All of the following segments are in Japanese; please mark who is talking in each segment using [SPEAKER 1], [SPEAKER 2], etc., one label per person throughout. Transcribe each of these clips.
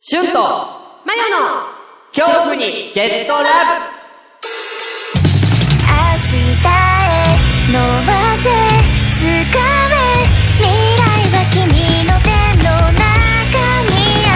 [SPEAKER 1] シュンと
[SPEAKER 2] マヨの
[SPEAKER 1] 恐怖にゲットラブ
[SPEAKER 3] 明日へ伸ばせ掴め未来は君の手の中にあ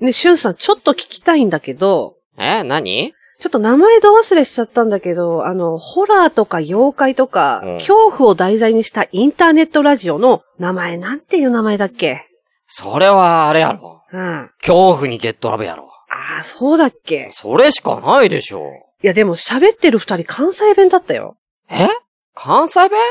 [SPEAKER 3] る
[SPEAKER 2] ね、しゅんさん、ちょっと聞きたいんだけど、
[SPEAKER 1] え何
[SPEAKER 2] ちょっと名前ど忘れしちゃったんだけど、あの、ホラーとか妖怪とか、
[SPEAKER 1] うん
[SPEAKER 2] 恐怖を題材にしたインターネットラジオの名前なんていう名前だっけ
[SPEAKER 1] それはあれやろ。
[SPEAKER 2] うん。あ
[SPEAKER 1] 恐怖にゲットラブやろ。
[SPEAKER 2] あ、そうだっけ
[SPEAKER 1] それしかないでしょ。
[SPEAKER 2] いや、でも喋ってる二人関西弁だったよ。
[SPEAKER 1] え関西弁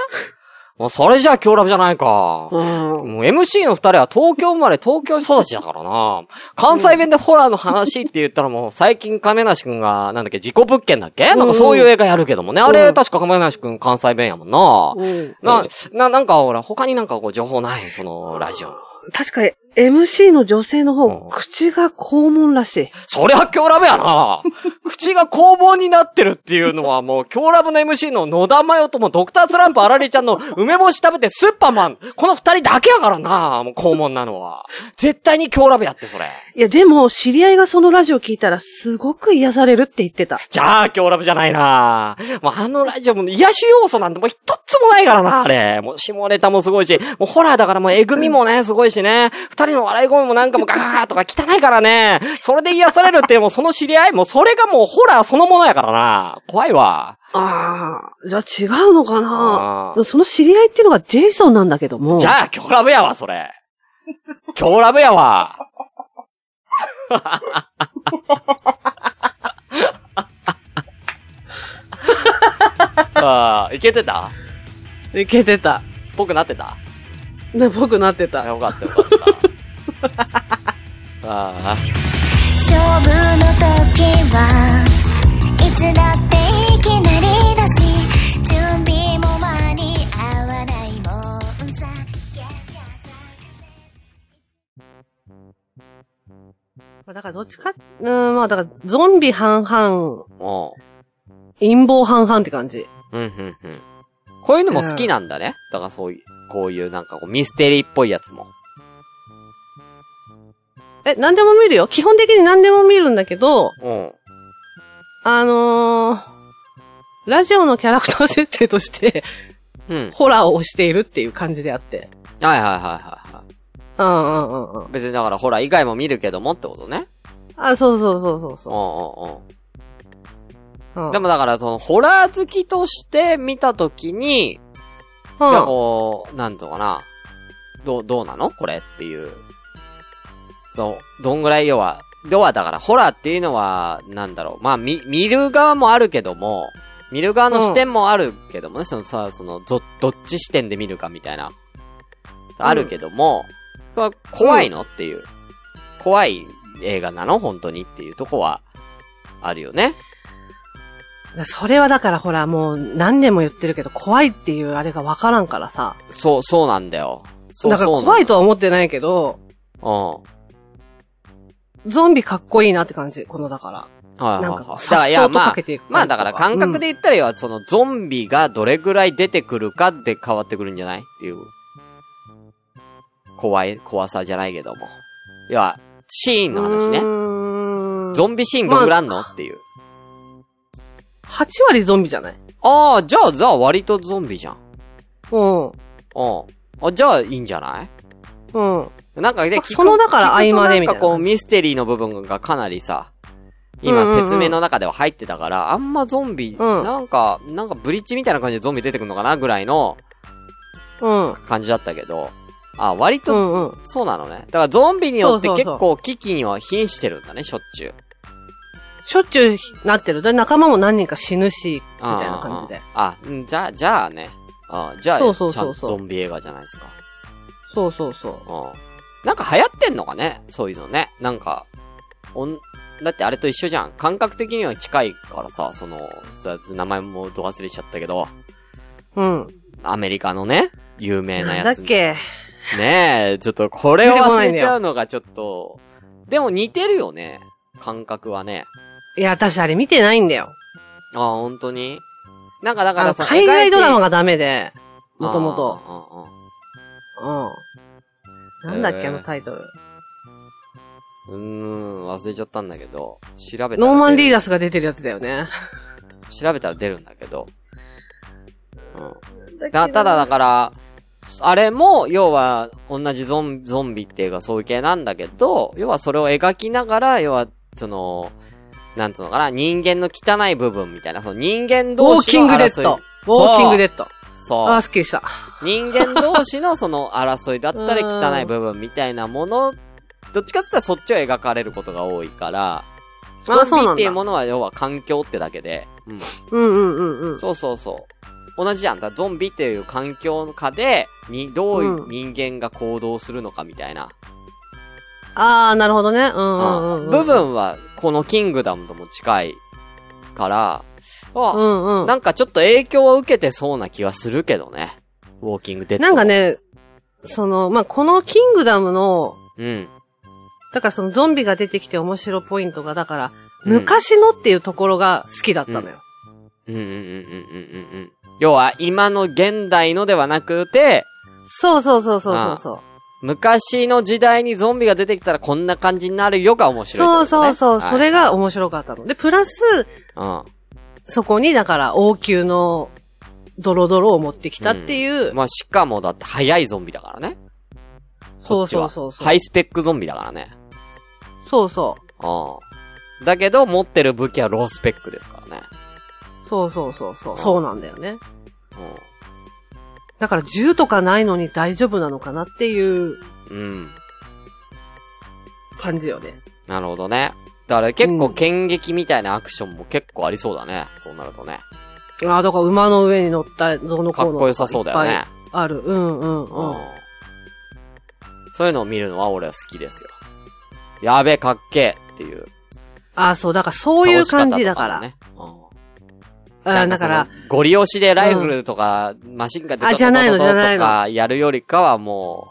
[SPEAKER 1] もうそれじゃあ京ラブじゃないか。
[SPEAKER 2] うん。
[SPEAKER 1] もう MC の二人は東京生まれ東京育ちだからな。関西弁でホラーの話って言ったらもう最近亀梨くんが、なんだっけ、事故物件だっけなんかそういう映画やるけどもね。あれ確か亀梨くん関西弁やもんな。
[SPEAKER 2] うん、
[SPEAKER 1] な、な、なんかほら、他になんかこう情報ないその、ラジオの。
[SPEAKER 2] 確かに、MC の女性の方、
[SPEAKER 1] うん
[SPEAKER 2] 口が肛門らしい。
[SPEAKER 1] そりゃ京ラブやな口が工房になってるっていうのはもう京ラブの MC の野田真代ともドクタースランプ荒りちゃんの梅干し食べてスーパーマン、この二人だけやからなもう肛門なのは。絶対に京ラブやってそれ。
[SPEAKER 2] いや、でも、知り合いがそのラジオ聞いたら、すごく癒されるって言ってた。
[SPEAKER 1] じゃあ、今日ラブじゃないなもうあのラジオも癒し要素なんてもう一つもないからな、あれ。もう下ネタもすごいし、もうホラーだからもうえぐみもね、すごいしね。二人の笑い声もなんかもうガガガとか汚いからね。それで癒されるってもうその知り合い、もうそれがもうホラーそのものやからな。怖いわ。
[SPEAKER 2] ああ、じゃあ違うのか
[SPEAKER 1] あ
[SPEAKER 2] なその知り合いっていうのがジェイソンなんだけども。
[SPEAKER 1] じゃあ、今日ラブやわ、それ。今日ラブやわ。 ああ、いけてた
[SPEAKER 2] いけてた。
[SPEAKER 1] ぽくなってた
[SPEAKER 2] ね、僕なって
[SPEAKER 1] あ
[SPEAKER 2] た。
[SPEAKER 1] よかったよか った。ああ。
[SPEAKER 3] 勝負の時はいつだっていきなりだし準備も間に合わないもんさ
[SPEAKER 2] だからどっちか、うん、まあだからゾンビ半々、
[SPEAKER 1] も
[SPEAKER 2] 陰謀半々って感じ。
[SPEAKER 1] う。うん、うん、うん。こういうのも好きなんだね。だからそういう、こういうなんかこうミステリーっぽいやつも。
[SPEAKER 2] え、何でも見るよ。基本的に何でも見るんだけど、
[SPEAKER 1] うん。
[SPEAKER 2] あのー、ラジオのキャラクター設定として、
[SPEAKER 1] うん。
[SPEAKER 2] ホラーをしているっていう感じであって。
[SPEAKER 1] はいはいはいはいは
[SPEAKER 2] うんうんうんうん
[SPEAKER 1] い。。別にだからホラー以外も見るけどもってことね。
[SPEAKER 2] あ、そうそうそうそう
[SPEAKER 1] うん
[SPEAKER 2] そ
[SPEAKER 1] うんうん。
[SPEAKER 2] う。うん
[SPEAKER 1] でもだからそのホラー好きとして見たときに、
[SPEAKER 2] うん
[SPEAKER 1] なんかこう、なんとかな。どう、どうなのこれっていう。そう、どんぐらい要は、要はだから、ホラーっていうのは、なんだろう。まあ、見、見る側もあるけども、見る側の視点もあるけどもね、そのさ、その、ど、どっち視点で見るかみたいな。あるけども、それは怖いのっていう。怖い映画なの本当にっていうとこは、あるよね。
[SPEAKER 2] それはだからほら、もう何年も言ってるけど、怖いっていうあれがわからんからさ。
[SPEAKER 1] そう、そうなんだよ。そう、
[SPEAKER 2] だから
[SPEAKER 1] そう
[SPEAKER 2] 怖い
[SPEAKER 1] と。
[SPEAKER 2] とは思ってないけど、
[SPEAKER 1] うん。
[SPEAKER 2] ゾンビかっこいいなって感じ、このだか
[SPEAKER 1] はい
[SPEAKER 2] ら。
[SPEAKER 1] はい
[SPEAKER 2] な
[SPEAKER 1] はい
[SPEAKER 2] んか
[SPEAKER 1] だ
[SPEAKER 2] こう、
[SPEAKER 1] か
[SPEAKER 2] さ
[SPEAKER 1] ら
[SPEAKER 2] っ
[SPEAKER 1] い
[SPEAKER 2] そ
[SPEAKER 1] や、
[SPEAKER 2] うと
[SPEAKER 1] ま
[SPEAKER 2] か
[SPEAKER 1] あ
[SPEAKER 2] け、ていく
[SPEAKER 1] まあ
[SPEAKER 2] 感じと
[SPEAKER 1] だから感覚で言ったら要は、そのゾンビがどれぐらい出てくるかで変わってくるんじゃないっていう。怖い、怖さじゃないけども。要は、シーンの話ね。
[SPEAKER 2] ね
[SPEAKER 1] ゾンビシーンどんぐらいあんの、っていう。
[SPEAKER 2] 8割ゾンビじゃない
[SPEAKER 1] ああ、じゃあ、じゃあ割とゾンビじゃん。
[SPEAKER 2] うん。う
[SPEAKER 1] う
[SPEAKER 2] ん。
[SPEAKER 1] ん。あ、じゃあいいんじゃないなんかで、
[SPEAKER 2] まあ
[SPEAKER 1] 聞く
[SPEAKER 2] そのだから
[SPEAKER 1] 聞くと
[SPEAKER 2] 合間でみたいな
[SPEAKER 1] なんかこうミステリーの部分がかなりさ、今
[SPEAKER 2] うんうんうん
[SPEAKER 1] 説明の中では入ってたから、あんまゾンビ、
[SPEAKER 2] うん
[SPEAKER 1] なんか、なんかブリッジみたいな感じでゾンビ出てくるのかなぐらいの
[SPEAKER 2] うん。
[SPEAKER 1] 感じだったけど、あ、割
[SPEAKER 2] う
[SPEAKER 1] と、
[SPEAKER 2] んうん。
[SPEAKER 1] そうなのね。だからゾンビによって
[SPEAKER 2] そうそう
[SPEAKER 1] 結
[SPEAKER 2] そう
[SPEAKER 1] 構危機には瀕してるんだね、しょっちゅう。
[SPEAKER 2] しょっちゅうなってる。で、仲間も何人か死ぬし、み
[SPEAKER 1] あー
[SPEAKER 2] たいな感じで。。
[SPEAKER 1] あー、うんじゃあ、じゃあね。あーじゃあ、
[SPEAKER 2] そうそうそうそ
[SPEAKER 1] ち
[SPEAKER 2] う
[SPEAKER 1] ゃんとゾンビ映画じゃないですか。
[SPEAKER 2] そうそうそう。
[SPEAKER 1] うん。なんか流行ってんのかねそういうのね。なんか、おん、だってあれと一緒じゃん。感覚的には近いからさ、その、さ名前もど忘れしちゃったけど、
[SPEAKER 2] うん。
[SPEAKER 1] アメリカのね、有名な
[SPEAKER 2] なんだ
[SPEAKER 1] や
[SPEAKER 2] っ
[SPEAKER 1] つ。
[SPEAKER 2] け
[SPEAKER 1] ねえ、ちょっとこれを
[SPEAKER 2] 出てこ
[SPEAKER 1] 忘
[SPEAKER 2] ないん
[SPEAKER 1] れ
[SPEAKER 2] だ
[SPEAKER 1] ち
[SPEAKER 2] よ
[SPEAKER 1] ゃうのがちょっと、でも似てるよね。感覚はね。
[SPEAKER 2] いや、私あれ見てないんだよ。
[SPEAKER 1] ああ、本当になんかだか
[SPEAKER 2] あ
[SPEAKER 1] ら
[SPEAKER 2] の、
[SPEAKER 1] さ、
[SPEAKER 2] 海外ドラマ
[SPEAKER 1] が、
[SPEAKER 2] がダメで、もともと。
[SPEAKER 1] と。
[SPEAKER 2] うん。なんだっけ、
[SPEAKER 1] えー
[SPEAKER 2] あのタイトル。
[SPEAKER 1] うーん、忘れちゃったんだけど、調べたら出る。
[SPEAKER 2] ノーマン・リーダスが出てるやつだよね。
[SPEAKER 1] 調べたら出るんだけど。うん。だただだから、あれも、要は、同じゾンゾンビっていうかそういう系なんだけど、要はそれを描きながら、要は、その、なんつうのかな、人間の汚い部分みたいな、その人間
[SPEAKER 2] ウォ
[SPEAKER 1] 同
[SPEAKER 2] ーキ
[SPEAKER 1] 士
[SPEAKER 2] ン
[SPEAKER 1] の
[SPEAKER 2] グデ
[SPEAKER 1] 争
[SPEAKER 2] ッ
[SPEAKER 1] い。
[SPEAKER 2] ド。ウォーキングデッド。
[SPEAKER 1] そう。
[SPEAKER 2] ああ、すっきりした。
[SPEAKER 1] 人間同士のその争いだったり
[SPEAKER 2] うん
[SPEAKER 1] 汚い部分みたいなもの、どっちかって言ったらそっちを描かれることが多いから、ゾ
[SPEAKER 2] あそうなんだ
[SPEAKER 1] ンビっていうものは要は環境ってだけで、うん。
[SPEAKER 2] うんうんうんうん。
[SPEAKER 1] そうそうそう。同じじゃん。だからゾンビっていう環境下で、に、どういうう人間が行動するのかみたいな。
[SPEAKER 2] ああ、なるほどね。うんうんうんうん。
[SPEAKER 1] 部分は、このキングダムとも近いから、あ
[SPEAKER 2] うんうん。
[SPEAKER 1] なんかちょっと影響を受けてそうな気はするけどね。ウォーキングデッド。
[SPEAKER 2] なんか。ね、その、まあ、このキングダムの、
[SPEAKER 1] うん。
[SPEAKER 2] だからそのゾンビが出てきて面白ポイントが、だから、
[SPEAKER 1] うん
[SPEAKER 2] 昔のっていうところが好きだったのよ。
[SPEAKER 1] うんうんうんうんうんうんうん。要は、今の現代のではなくて、
[SPEAKER 2] そうそうそうそうそうそう。
[SPEAKER 1] 昔の時代にゾンビが出てきたらこんな感じになるよが面白いってこ
[SPEAKER 2] そう
[SPEAKER 1] とね、
[SPEAKER 2] そうそう、
[SPEAKER 1] はい
[SPEAKER 2] それが面白かったの。で、プラス、そこに、だから、王宮の、ドロドロを持ってきたっていう、
[SPEAKER 1] うん。まあ、しかもだって早いゾンビだからね。
[SPEAKER 2] そ
[SPEAKER 1] こ
[SPEAKER 2] う
[SPEAKER 1] っち
[SPEAKER 2] そ
[SPEAKER 1] は
[SPEAKER 2] うそうそう。
[SPEAKER 1] ハイスペックゾンビだからね。
[SPEAKER 2] そうそ
[SPEAKER 1] うん。だけど、持ってる武器はロースペックですからね。
[SPEAKER 2] う。そうそうそうそう。
[SPEAKER 1] ん
[SPEAKER 2] そうなんだよね。
[SPEAKER 1] うん。
[SPEAKER 2] だから、銃とかないのに大丈夫なのかなっていう
[SPEAKER 1] うん。
[SPEAKER 2] 感じよね。
[SPEAKER 1] なるほどね。だから結
[SPEAKER 2] う
[SPEAKER 1] 構
[SPEAKER 2] ん
[SPEAKER 1] 剣撃みたいなアクションも結構ありそうだね。そうなるとね。
[SPEAKER 2] ああ、だから、馬の上に乗った、どの子
[SPEAKER 1] か
[SPEAKER 2] の
[SPEAKER 1] っこよさそうだよ
[SPEAKER 2] いっ
[SPEAKER 1] ね
[SPEAKER 2] ぱい。ある。うんう
[SPEAKER 1] う
[SPEAKER 2] んうん
[SPEAKER 1] ん。。そういうのを見るのは俺は好きですよ。やべ、かっけえっていう。
[SPEAKER 2] ああ、そう、だから、そういう感じだから。
[SPEAKER 1] 倒し方とかもね。うん
[SPEAKER 2] ああ、だから、、
[SPEAKER 1] ゴリ押しでライフルとか、マシンガンで
[SPEAKER 2] あ
[SPEAKER 1] ト
[SPEAKER 2] じゃ
[SPEAKER 1] ト
[SPEAKER 2] ない
[SPEAKER 1] ト
[SPEAKER 2] の
[SPEAKER 1] トト
[SPEAKER 2] じゃない
[SPEAKER 1] とかやるよりかはも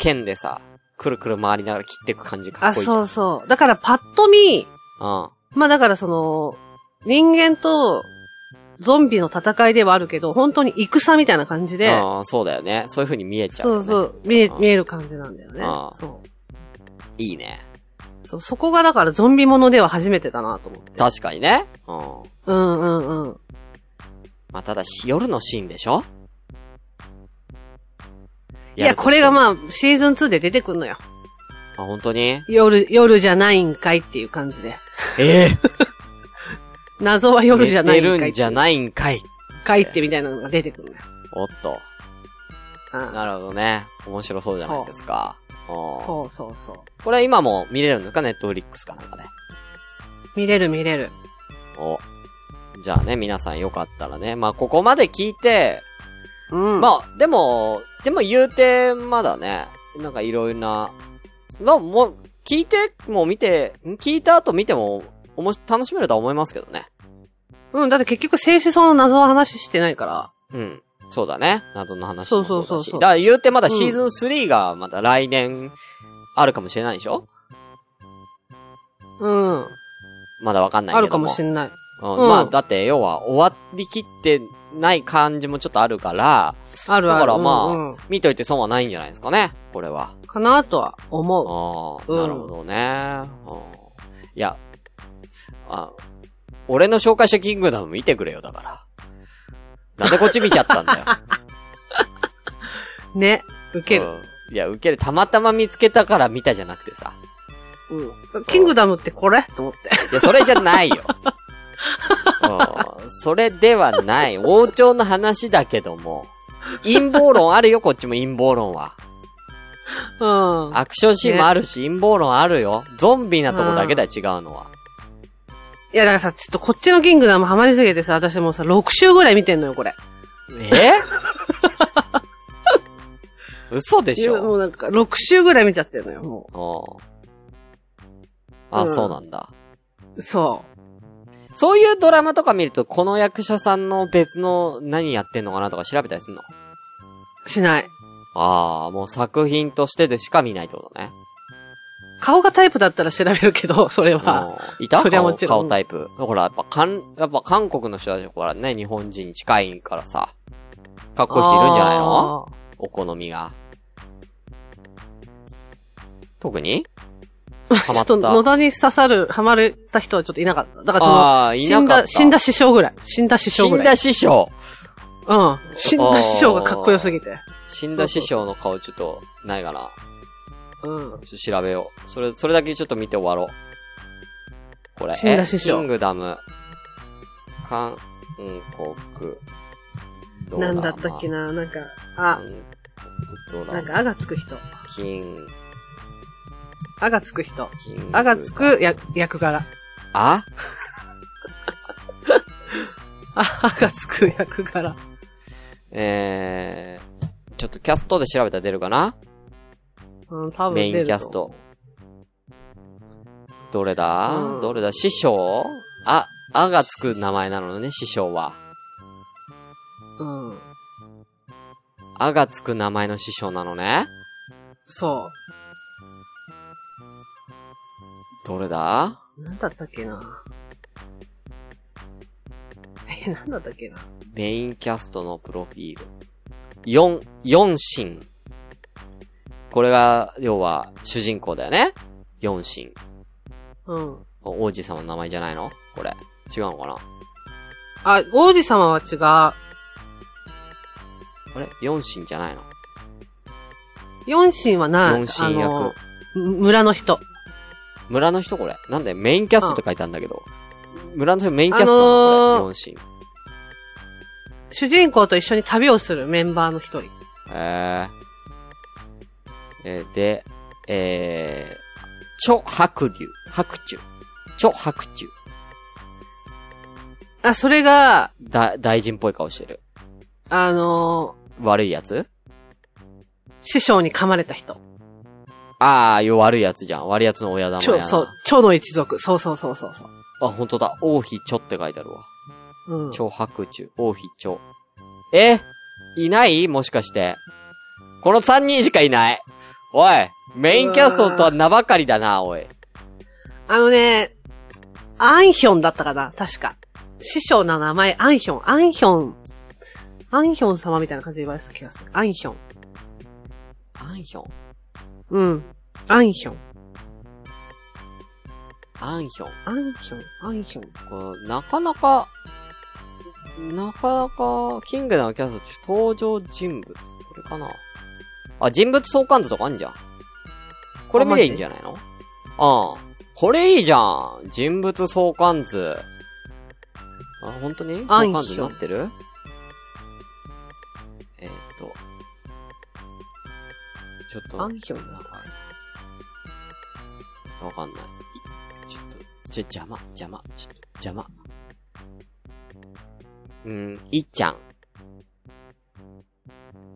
[SPEAKER 1] う、剣でさ、くるくる回りながら切っていく感じか
[SPEAKER 2] あ、
[SPEAKER 1] っこいいじゃん。
[SPEAKER 2] そうそう。だから、パッと見、
[SPEAKER 1] うん。
[SPEAKER 2] まあだからその、人間とゾンビの戦いではあるけど、本当に戦みたいな感じで、
[SPEAKER 1] あーそうだよね。そういう風に見えちゃう、
[SPEAKER 2] そ
[SPEAKER 1] ね。
[SPEAKER 2] うそう、見え、
[SPEAKER 1] うん
[SPEAKER 2] 見える感じなんだよね
[SPEAKER 1] あ。あ
[SPEAKER 2] そ
[SPEAKER 1] いいね。
[SPEAKER 2] う。そう、そこがだからゾンビものでは初めてだなと思って。
[SPEAKER 1] 確かにね。うん。
[SPEAKER 2] うんうんうん。
[SPEAKER 1] まあ、ただし、夜のシーンでしょ
[SPEAKER 2] いや、これが
[SPEAKER 1] あ。
[SPEAKER 2] まあ、シーズン2で出てくんのよ。
[SPEAKER 1] あ、本当に
[SPEAKER 2] 夜、夜じゃないんかいっていう感じで。
[SPEAKER 1] ええ
[SPEAKER 2] 謎は 夜じゃないんか
[SPEAKER 1] 寝
[SPEAKER 2] いってて
[SPEAKER 1] るんじゃないんかい。
[SPEAKER 2] かいってみたいなのが出てくるのよ。
[SPEAKER 1] おっと。
[SPEAKER 2] うん
[SPEAKER 1] なるほどね。面白そうじゃないですか。うん
[SPEAKER 2] そうそうそう。
[SPEAKER 1] これは今も見れるんですかネットフリックスかなんかで。
[SPEAKER 2] 見れる見れる。
[SPEAKER 1] お。じゃあね、皆さんよかったらね。まあ、ここまで聞いて、
[SPEAKER 2] うん。あ、
[SPEAKER 1] まあ、でも、でも言うて、まだね、なんかいろいろな、まあ、もう、聞いても見て、ん聞いた後見ても、おもし、楽しめるとは思いますけどね。
[SPEAKER 2] うん、だって結局静止層の謎は話してないから。
[SPEAKER 1] うん。そうだね。謎の話もそう
[SPEAKER 2] そう
[SPEAKER 1] だ
[SPEAKER 2] そうそう
[SPEAKER 1] し。
[SPEAKER 2] そう
[SPEAKER 1] だから言うてまだシーズン3がまた来年、あるかもしれないでしょ
[SPEAKER 2] うん。
[SPEAKER 1] まだわかんないけども。
[SPEAKER 2] あるかもしんない。
[SPEAKER 1] うん、まあ、だって、要は、終わりきってない感じもちょっとあるから、
[SPEAKER 2] あるある。
[SPEAKER 1] だからまあ
[SPEAKER 2] うんうん
[SPEAKER 1] 見といて損はないんじゃないですかね、これは。
[SPEAKER 2] かなとは思う。
[SPEAKER 1] ああ、な
[SPEAKER 2] うん
[SPEAKER 1] るほどね。うんいや、あ、俺の紹介したキングダム見てくれよ、だから。なんでこっち見ちゃったんだよ。
[SPEAKER 2] ね。受 ける。
[SPEAKER 1] うんいや、受ける。たまたま見つけたから見たじゃなくてさ。
[SPEAKER 2] うん。キングダムってこれと思って。
[SPEAKER 1] いや、それじゃない よ。うんそれではない。王朝の話だけども。陰謀論あるよ、こっちも陰謀論は。
[SPEAKER 2] うん。
[SPEAKER 1] アクションシーンもあるし、陰謀論あるよ。ゾンビなとこだけだよ、違うのは。
[SPEAKER 2] いや、だからさ、ちょっとこっちのキングダムハマりすぎてさ、私もうさ、6週ぐらい見てんのよ、これ。
[SPEAKER 1] え 嘘でし
[SPEAKER 2] いやも
[SPEAKER 1] ょ
[SPEAKER 2] うなんか、6週ぐらい見ちゃってんのよ、も
[SPEAKER 1] うんあ、
[SPEAKER 2] うん
[SPEAKER 1] そうなんだ。
[SPEAKER 2] う。そ
[SPEAKER 1] そういうドラマとか見ると、この役者さんの別の何やってんのかなとか調べたりすんの
[SPEAKER 2] う。しない。
[SPEAKER 1] ああ、もう作品としてでしか見ないって ことね。
[SPEAKER 2] 顔がタイプだったら調べるけど、それは。
[SPEAKER 1] うんいた
[SPEAKER 2] そりゃ
[SPEAKER 1] 顔
[SPEAKER 2] もちろん
[SPEAKER 1] 顔タイプ。ほら、やっぱ、かん、やっぱ韓国の人たちほらね、日本人に近いからさ、かっこいい人いるんじゃないの
[SPEAKER 2] あー
[SPEAKER 1] お好みが。特に
[SPEAKER 2] ちょっと野田に刺さる、ハマれた人はちょっといなかった。だからそ
[SPEAKER 1] あー
[SPEAKER 2] の、
[SPEAKER 1] い
[SPEAKER 2] 死ん
[SPEAKER 1] なかった
[SPEAKER 2] だ、死んだ師匠ぐらい。死んだ師匠
[SPEAKER 1] 死
[SPEAKER 2] ぐ
[SPEAKER 1] ん
[SPEAKER 2] ら
[SPEAKER 1] だ
[SPEAKER 2] い。
[SPEAKER 1] 師匠
[SPEAKER 2] うん。死んだ師匠がかっこよすぎて。
[SPEAKER 1] 死んだ師匠の顔ちょっと、ないかな。
[SPEAKER 2] うん。
[SPEAKER 1] ちょっと調べよう。それ、それだけちょっと見て終わろう。これ、
[SPEAKER 2] 死んだ師匠
[SPEAKER 1] えキングダム。韓国。ドラ
[SPEAKER 2] な
[SPEAKER 1] マ
[SPEAKER 2] んだったっけな、なんか、あ、
[SPEAKER 1] 韓国ド
[SPEAKER 2] な
[SPEAKER 1] ラ
[SPEAKER 2] ん
[SPEAKER 1] マ。
[SPEAKER 2] か、あがつく人。
[SPEAKER 1] キン、
[SPEAKER 2] あがつく人。
[SPEAKER 1] キング。
[SPEAKER 2] あがつくや役柄。
[SPEAKER 1] あ
[SPEAKER 2] あ、あがつく役柄。
[SPEAKER 1] えー、ちょっとキャストで調べたら出るかな
[SPEAKER 2] うん、多分
[SPEAKER 1] メ
[SPEAKER 2] 出
[SPEAKER 1] イン
[SPEAKER 2] ると
[SPEAKER 1] キャス。ト。どれだ、
[SPEAKER 2] うん
[SPEAKER 1] どれだ師匠あ、あがつく名前なのね、師匠は。
[SPEAKER 2] うん。
[SPEAKER 1] あがつく名前の師匠なのね。
[SPEAKER 2] そ
[SPEAKER 1] どれだ
[SPEAKER 2] う。なんだったっけな。え、なんだったっけな。
[SPEAKER 1] メインキャストのプロフィール。四、四神。これが、要は、主人公だよね四神。
[SPEAKER 2] うん。
[SPEAKER 1] 王子様の名前じゃないのこれ。違うのかな
[SPEAKER 2] あ、王子様は違う。
[SPEAKER 1] あれ四神じゃないの
[SPEAKER 2] 四神はない。
[SPEAKER 1] 四神役
[SPEAKER 2] あのむ村の人。
[SPEAKER 1] 村の人これ。なんだよ、メインキャストって書いてあるんだけど。村の人メインキャスト
[SPEAKER 2] あ
[SPEAKER 1] なの
[SPEAKER 2] の
[SPEAKER 1] これ。四神。
[SPEAKER 2] 主人公と一緒に旅をするメンバーの一人。
[SPEAKER 1] えー。えーで、えー、著白龍。白中。著白中。
[SPEAKER 2] あ、それが、
[SPEAKER 1] だ、大臣っぽい顔してる。
[SPEAKER 2] あの
[SPEAKER 1] 悪いやつ
[SPEAKER 2] ー師匠に噛まれた人。
[SPEAKER 1] ああ、よ、悪いやつじゃん。悪いやつの親玉や
[SPEAKER 2] 蝶、
[SPEAKER 1] な。
[SPEAKER 2] そう、蝶の一族。そうそうそうそうそ
[SPEAKER 1] あ、ほんとだ。王妃蝶って書いてあるわ。
[SPEAKER 2] う。うん。
[SPEAKER 1] 蝶白中。王妃蝶。えいないもしかして。この三人しかいない。おい、メインキャストとは名ばかりだな、おい。
[SPEAKER 2] あのね、アンヒョンだったかな確か。師匠の名前、アンヒョン。アンヒョン。アンヒョン様みたいな感じで言われてた気がする。アンヒョン。
[SPEAKER 1] アンヒョン。
[SPEAKER 2] うん。アンヒョン。
[SPEAKER 1] アンヒョン。
[SPEAKER 2] アンヒョン。アンヒョン。
[SPEAKER 1] これなかなか、なかなか、キングダムキャスト登場人物。これかな。あ、人物相関図とかあんじゃん。これ見りゃいいんじゃないのああ。これいいじゃん。人物相関図。あ、本当に
[SPEAKER 2] あ
[SPEAKER 1] 相関図になってるえーっと。ちょっと。
[SPEAKER 2] アンヒョンだ
[SPEAKER 1] なんかわかんない。ちょっと、ちょ、邪魔、邪魔、ちょっと、邪魔。うーん、いっちゃん。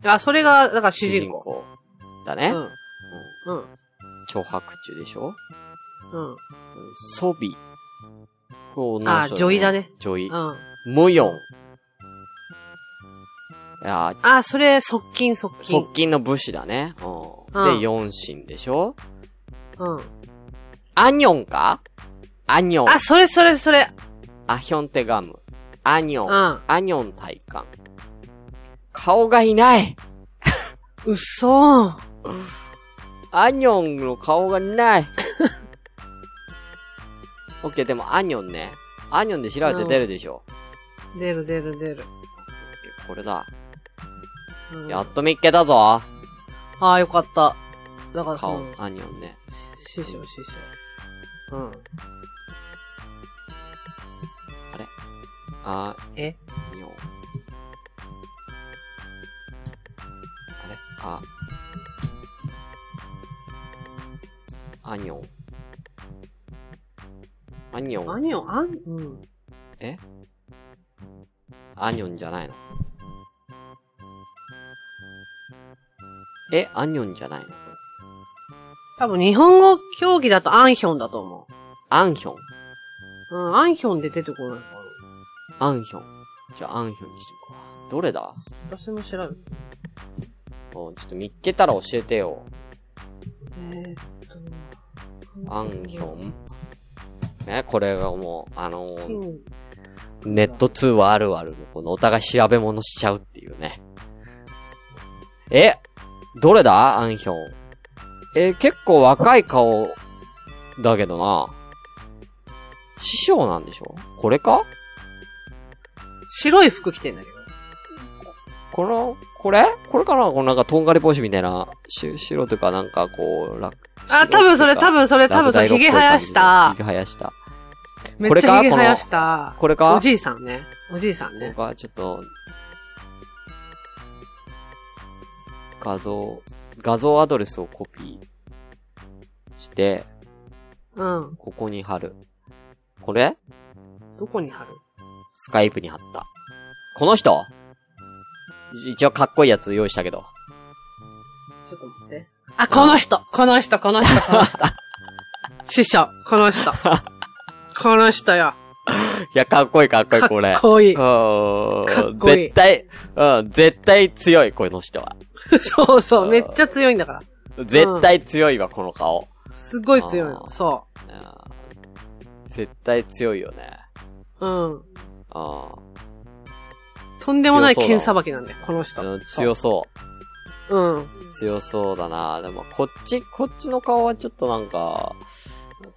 [SPEAKER 2] あ、それが、だから主人公。
[SPEAKER 1] 公だね。うん。
[SPEAKER 2] うん。うん。
[SPEAKER 1] 超白中でしょ
[SPEAKER 2] うん。
[SPEAKER 1] ソビ。こう、女の人
[SPEAKER 2] あ女医だね。
[SPEAKER 1] 女医
[SPEAKER 2] う。ん。
[SPEAKER 1] ムヨン。いやー
[SPEAKER 2] あ、それ、側近、側近。
[SPEAKER 1] 側近の武士だね。うん。
[SPEAKER 2] う
[SPEAKER 1] で、
[SPEAKER 2] ん
[SPEAKER 1] 四神でしょ
[SPEAKER 2] うん。
[SPEAKER 1] アニョンかアニョン。
[SPEAKER 2] あ、それ、それ、それ。
[SPEAKER 1] アヒョンテガム。アニョン。
[SPEAKER 2] うん
[SPEAKER 1] アニョン体感。顔がいない
[SPEAKER 2] うっそー。
[SPEAKER 1] アニョンの顔がない オッケー、でもアニョンね。アニョンで調べて出るでしょ。
[SPEAKER 2] 出る、出る、出る。
[SPEAKER 1] これだ。
[SPEAKER 2] うん、
[SPEAKER 1] やっと見っけたぞ
[SPEAKER 2] ああ、よかった。だからそ
[SPEAKER 1] 顔
[SPEAKER 2] の、、
[SPEAKER 1] アニョンね。
[SPEAKER 2] 師匠、師匠。うん。
[SPEAKER 1] あ
[SPEAKER 2] え
[SPEAKER 1] ニョン。あれあ。アニョン。アニョン。
[SPEAKER 2] アニョン、アン、うん。
[SPEAKER 1] アニョンじゃないのえ、アニョンじゃないの
[SPEAKER 2] 多分日本語競技だとアンヒョンだと思
[SPEAKER 1] アンヒョン。
[SPEAKER 2] う。うん、アンヒョンで出てこないか
[SPEAKER 1] アンヒョン。じゃあ、アンヒョンにしとくわ。どれだ
[SPEAKER 2] な。私も調べて。
[SPEAKER 1] おちょっと見っけたら教えてよ。
[SPEAKER 2] えーっと。
[SPEAKER 1] アンヒョン。ね、これがもう、あの
[SPEAKER 2] う
[SPEAKER 1] ー、
[SPEAKER 2] ん。
[SPEAKER 1] ネット通話あるあるの、このお互い調べ物しちゃうっていうね。え、どれだアンヒョン。えー結構若い顔、だけどな。師匠なんでしょこれか
[SPEAKER 2] 白い服着てんだけど。
[SPEAKER 1] この、これこれかなこのなんかとんがり帽子みたいな、し白というかなんかこう、楽。
[SPEAKER 2] あ、多分それ、多分それ、多分それ、髭生やした
[SPEAKER 1] ひ。げ生やした。
[SPEAKER 2] め
[SPEAKER 1] こ
[SPEAKER 2] っ
[SPEAKER 1] れ
[SPEAKER 2] ちゃ
[SPEAKER 1] か
[SPEAKER 2] 髭生やした。
[SPEAKER 1] これか
[SPEAKER 2] おじいさんね。おじいさんね
[SPEAKER 1] 僕。はちょっと、画像、画像アドレスをコピーして、
[SPEAKER 2] うん。
[SPEAKER 1] ここに貼る。これ
[SPEAKER 2] どこに貼る
[SPEAKER 1] スカイプに貼った。この人い一応かっこいいやつ用意したけど。
[SPEAKER 2] ちょっと待って。あ、この人この人この人こ の人師匠この人この人よ。
[SPEAKER 1] いや、かっこいいかっこいい、
[SPEAKER 2] か
[SPEAKER 1] これ。
[SPEAKER 2] っこいい。
[SPEAKER 1] か
[SPEAKER 2] かっこいい
[SPEAKER 1] 絶対、うん、絶対強い、この人は。
[SPEAKER 2] そうそう、めっちゃ強いんだから。
[SPEAKER 1] 絶対強いわ、この顔。
[SPEAKER 2] すごい強いの
[SPEAKER 1] あ。ー
[SPEAKER 2] そ
[SPEAKER 1] うん絶対強いよね。
[SPEAKER 2] う。うん。
[SPEAKER 1] あ
[SPEAKER 2] とんでもない
[SPEAKER 1] 強そうだ
[SPEAKER 2] 剣さばきなんだよ、この人。。
[SPEAKER 1] 強そう
[SPEAKER 2] うん。
[SPEAKER 1] う。強そうだな。でも、こっち、こっちの顔はちょっとなんか、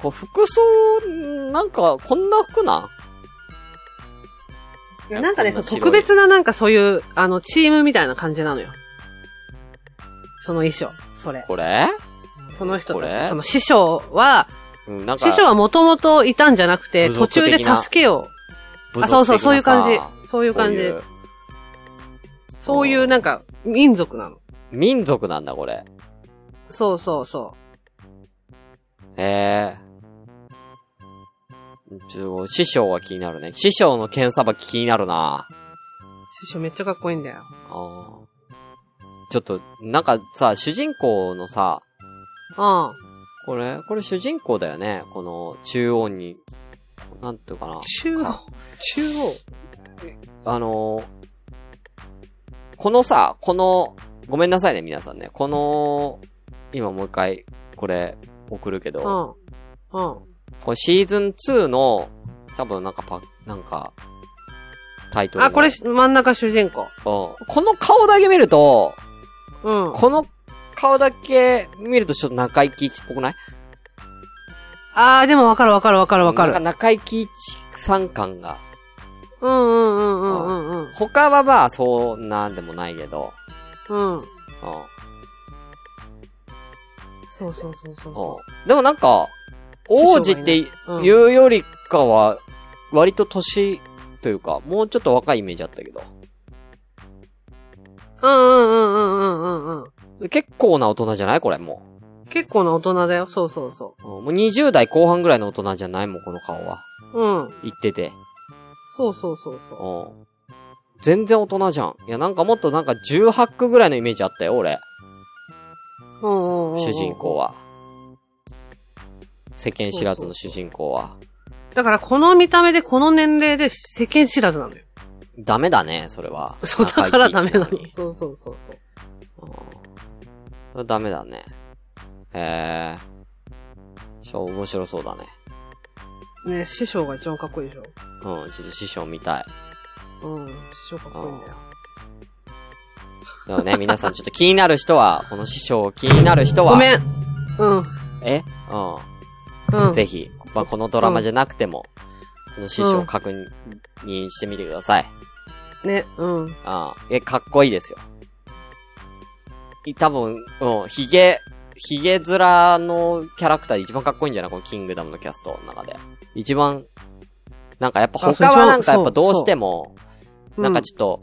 [SPEAKER 1] こう服装、なんか、こんな服なんや
[SPEAKER 2] なんかね、
[SPEAKER 1] こんな白い
[SPEAKER 2] 特別ななんかそういう、あの、チームみたいな感じなのよ。その衣装、それ。
[SPEAKER 1] これ
[SPEAKER 2] その人
[SPEAKER 1] こ
[SPEAKER 2] た
[SPEAKER 1] れ
[SPEAKER 2] ち、その師匠は、
[SPEAKER 1] うん、なんか、
[SPEAKER 2] 師匠はもともといたんじゃなくて、
[SPEAKER 1] 部
[SPEAKER 2] 途
[SPEAKER 1] 族的
[SPEAKER 2] 中
[SPEAKER 1] な
[SPEAKER 2] で助けを。
[SPEAKER 1] 部族的
[SPEAKER 2] あ、
[SPEAKER 1] なさ、
[SPEAKER 2] そうそう、そういう感じ。そういう感
[SPEAKER 1] こう
[SPEAKER 2] じ
[SPEAKER 1] いう。
[SPEAKER 2] そういうなんか、民族なの。
[SPEAKER 1] 民族なんだ、これ。
[SPEAKER 2] そうそうそ
[SPEAKER 1] へえ。ちょ、師匠は気になるね。師匠の剣さばき気になるな
[SPEAKER 2] う。師匠めっちゃかっこいいんだよ。
[SPEAKER 1] あーちょっと、なんかさ、主人公のさ、
[SPEAKER 2] うん。
[SPEAKER 1] これ、これ主人公だよね。この、中央に、なんていうかな。
[SPEAKER 2] 中央。中央。
[SPEAKER 1] あのーこのさ、この、ごめんなさいね、皆さんね。この、今もう一回、これ、送るけど、
[SPEAKER 2] うん。うん。
[SPEAKER 1] これシーズン2の、多分なんかパ、なんか、タイトルの。
[SPEAKER 2] あ、これ真ん中主人公。
[SPEAKER 1] うんこの顔だけ見ると、
[SPEAKER 2] うん。
[SPEAKER 1] この顔だけ見るとちょっと中井貴一っぽくない
[SPEAKER 2] あー、でもわかるわかるわかるわか
[SPEAKER 1] なん
[SPEAKER 2] る。
[SPEAKER 1] 中井貴一さん感が。
[SPEAKER 2] うんうんうんうんうんうん。
[SPEAKER 1] 他はまあ、そうなんでもないけど。
[SPEAKER 2] うん。
[SPEAKER 1] うん。
[SPEAKER 2] そうそうそうそうそ
[SPEAKER 1] うん。でもなんか、王子って
[SPEAKER 2] う。
[SPEAKER 1] い
[SPEAKER 2] うん。
[SPEAKER 1] うよりかは、割と年というか、もうちょっと若いイメージあったけど。
[SPEAKER 2] うんうんうんうんうんうん。
[SPEAKER 1] 結構な大人じゃないこれも。
[SPEAKER 2] 結構な大人だよ。そうそうそう
[SPEAKER 1] うんもう20代後半ぐらいの大人じゃないもん、この顔は。
[SPEAKER 2] う。うん。
[SPEAKER 1] 言ってて。
[SPEAKER 2] そうそうそうそう。
[SPEAKER 1] うん。全然大人じゃん。いや、なんかもっとなんか18区ぐらいのイメージあったよ、俺。
[SPEAKER 2] うんうんうんうん
[SPEAKER 1] 主人公は。世間知らずの主人公は。
[SPEAKER 2] だからこの見た目でこの年齢で世間知らずなのよ。
[SPEAKER 1] ダメだね、それは。
[SPEAKER 2] そう、だからダメなの
[SPEAKER 1] 中井貴。一
[SPEAKER 2] そうそうそう
[SPEAKER 1] の
[SPEAKER 2] そう。
[SPEAKER 1] にうんダメだね。えー。そう、面白そうだね。
[SPEAKER 2] ね師匠が一番かっこいいでし
[SPEAKER 1] うん、ちょっと師匠見たい。
[SPEAKER 2] ょ。うん。師匠かっこいいんだよ。
[SPEAKER 1] でもね、皆さんちょっと気になる人は、この師匠気になる人は、
[SPEAKER 2] ごめん。うん。
[SPEAKER 1] えう。
[SPEAKER 2] うんん。
[SPEAKER 1] ぜひ、まあ、このドラマじゃなくても、この師
[SPEAKER 2] う
[SPEAKER 1] 匠
[SPEAKER 2] ん
[SPEAKER 1] 確認してみてください。
[SPEAKER 2] ね、うん。
[SPEAKER 1] ああ、え、かっこいいですよ。い多分、うん、ヒゲ、ヒゲ面のキャラクターで一番かっこいいんじゃないこのキングダムのキャストの中で。一番、なんかやっぱ
[SPEAKER 2] あそう
[SPEAKER 1] 他はなんかやっ
[SPEAKER 2] そ
[SPEAKER 1] ぱ
[SPEAKER 2] う
[SPEAKER 1] どうしても、
[SPEAKER 2] そう
[SPEAKER 1] なんかちょっと、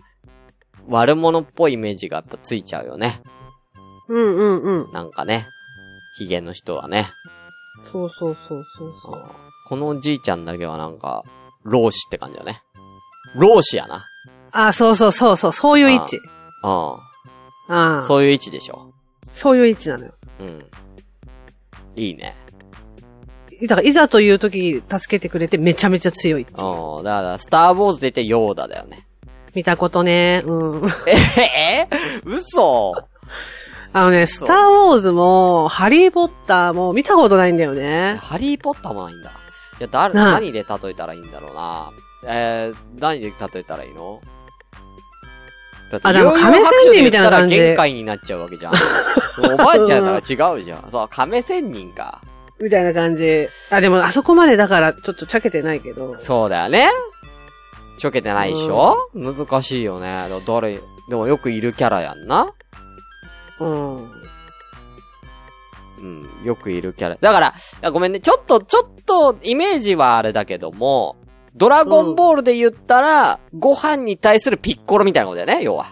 [SPEAKER 1] 悪者っぽいイメージがやっぱついちゃうよね。
[SPEAKER 2] うんうんうん。
[SPEAKER 1] なんかね。ヒゲの人はね。
[SPEAKER 2] そうそうそうそう
[SPEAKER 1] う
[SPEAKER 2] そ
[SPEAKER 1] んこのおじいちゃんだけはなんか、老子って感じだね。老子やな。
[SPEAKER 2] う。あ、そうそうそうそう。そういう位置。
[SPEAKER 1] う
[SPEAKER 2] ああ。
[SPEAKER 1] ん。そういう位置でしょ。
[SPEAKER 2] そういう位置なのよ。
[SPEAKER 1] うん。いいね。
[SPEAKER 2] だから、いざという時、助けてくれてめちゃめちゃ強い。
[SPEAKER 1] うん、だから、スターウォーズ出てヨーダだよね。
[SPEAKER 2] 見たことね。うん。
[SPEAKER 1] ええ嘘
[SPEAKER 2] あのね、スターウォーズも、ハリーポッターも見たことないんだよね。
[SPEAKER 1] ハリーポッターもないんだ。いや、誰、
[SPEAKER 2] な
[SPEAKER 1] 何
[SPEAKER 2] い
[SPEAKER 1] で例えたらいいんだろうな。えー、何で例えたらいいのだって
[SPEAKER 2] あでも
[SPEAKER 1] 幽遊
[SPEAKER 2] 亀仙人みたい
[SPEAKER 1] 白書で言った
[SPEAKER 2] な感じ
[SPEAKER 1] ら限界になっちゃうわけ じゃん。おばあちゃんなら違うじゃん。そう、亀仙人か。
[SPEAKER 2] みたいな感じ。あ、でもあそこまでだからちょっとちゃけてないけど。
[SPEAKER 1] そうだよね。ちょけてないでしょ、難しいよね。だ誰、でもよくいるキャラやんな。
[SPEAKER 2] うん。
[SPEAKER 1] うん、よくいるキャラ。だから、あごめんね、ちょっと、ちょっと、イメージはあれだけども、ドラゴンボールで言ったら、ご飯に対するピッコロみたいなことだよね、要は。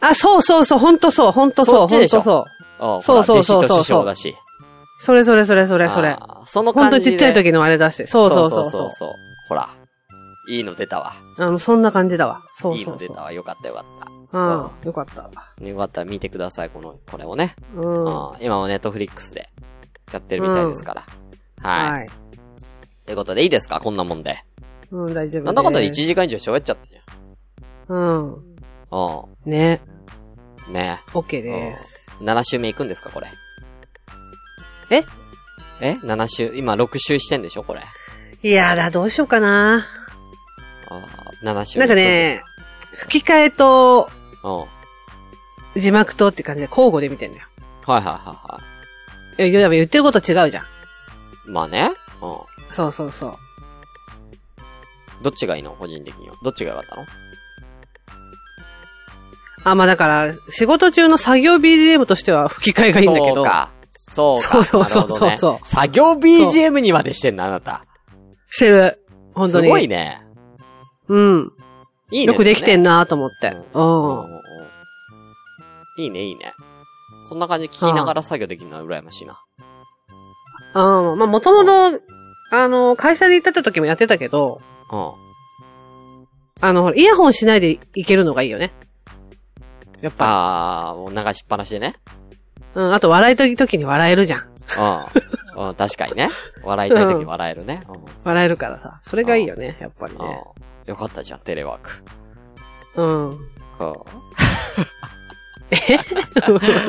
[SPEAKER 2] あ、そうそうそう、ほんとそう、ほんとそう、
[SPEAKER 1] そ
[SPEAKER 2] ほ
[SPEAKER 1] っちで
[SPEAKER 2] ん
[SPEAKER 1] しょ
[SPEAKER 2] とそう。
[SPEAKER 1] うん
[SPEAKER 2] そうそうそ
[SPEAKER 1] ほ
[SPEAKER 2] う
[SPEAKER 1] ら弟子
[SPEAKER 2] そう
[SPEAKER 1] と師匠だし。
[SPEAKER 2] それそれそれそれそれ。
[SPEAKER 1] あーその
[SPEAKER 2] ほん
[SPEAKER 1] 感じで。
[SPEAKER 2] とちっちゃい時のあれだし。そうそうそ
[SPEAKER 1] そ
[SPEAKER 2] う。そう
[SPEAKER 1] うそうほら。いいの出たわ。
[SPEAKER 2] あの、そんな感じだわ。そう
[SPEAKER 1] いい
[SPEAKER 2] そ
[SPEAKER 1] の
[SPEAKER 2] うそ
[SPEAKER 1] 出
[SPEAKER 2] う。
[SPEAKER 1] たわ。よかったよかっ
[SPEAKER 2] うん。よかった。
[SPEAKER 1] た。よかったら見てください、この、これをね。
[SPEAKER 2] うん。
[SPEAKER 1] うん今もネットフリックスでやってるみたいですから。はい。
[SPEAKER 2] い。
[SPEAKER 1] ということでいいですかこんなもんで。
[SPEAKER 2] うん、大丈夫。
[SPEAKER 1] なんだかんだで1。時間以上喋っちゃったじゃん。
[SPEAKER 2] うん。
[SPEAKER 1] う
[SPEAKER 2] ね。
[SPEAKER 1] ん。ねえ。
[SPEAKER 2] OK です。
[SPEAKER 1] 7週目行くんですかこれ。
[SPEAKER 2] ええ
[SPEAKER 1] え ?7 週、今6週してんでしょこれ。
[SPEAKER 2] いやだ、どうしようかな。
[SPEAKER 1] あー7週目
[SPEAKER 2] なんかね、吹き替え
[SPEAKER 1] 行
[SPEAKER 2] と
[SPEAKER 1] くんですか。うん。はい
[SPEAKER 2] 字幕とって感じで交互で見てんだよ。
[SPEAKER 1] はいはいはい
[SPEAKER 2] や、いや言ってること違うじゃん。
[SPEAKER 1] い。まあね。うん。
[SPEAKER 2] そうそうそう。
[SPEAKER 1] どっちがいいの個人的には。どっちが良かったの
[SPEAKER 2] あ、まあだから、仕事中の作業 BGM としては吹き替えがいいんだけど。
[SPEAKER 1] そうか。そうか。
[SPEAKER 2] そうそうそうそう
[SPEAKER 1] なるほどね作業 BGM にまでしてんのあなた。
[SPEAKER 2] してる。本当に。
[SPEAKER 1] すごいね。
[SPEAKER 2] うん。
[SPEAKER 1] いいね。
[SPEAKER 2] よくできてんなと思って。
[SPEAKER 1] ね
[SPEAKER 2] う
[SPEAKER 1] うんうん
[SPEAKER 2] ん。
[SPEAKER 1] うんいいね、いいね。そんな感じで聞きながら作業できるのは羨ましいな。
[SPEAKER 2] うん。まあもともと、あの、会社に行ってた時もやってたけど、
[SPEAKER 1] うん。
[SPEAKER 2] あの、ほらイヤホンしないでいけるのがいいよね。やっぱ。
[SPEAKER 1] あー、もう流しっぱなしでね。
[SPEAKER 2] うん。あと笑いたい時に笑えるじゃん。
[SPEAKER 1] うん。うん、確かにね。笑いたい時笑えるね。うん。
[SPEAKER 2] 笑えるからさ。それがいいよね、やっぱり
[SPEAKER 1] うん
[SPEAKER 2] ね。
[SPEAKER 1] よかったじゃん、テレワーク。
[SPEAKER 2] うん。
[SPEAKER 1] う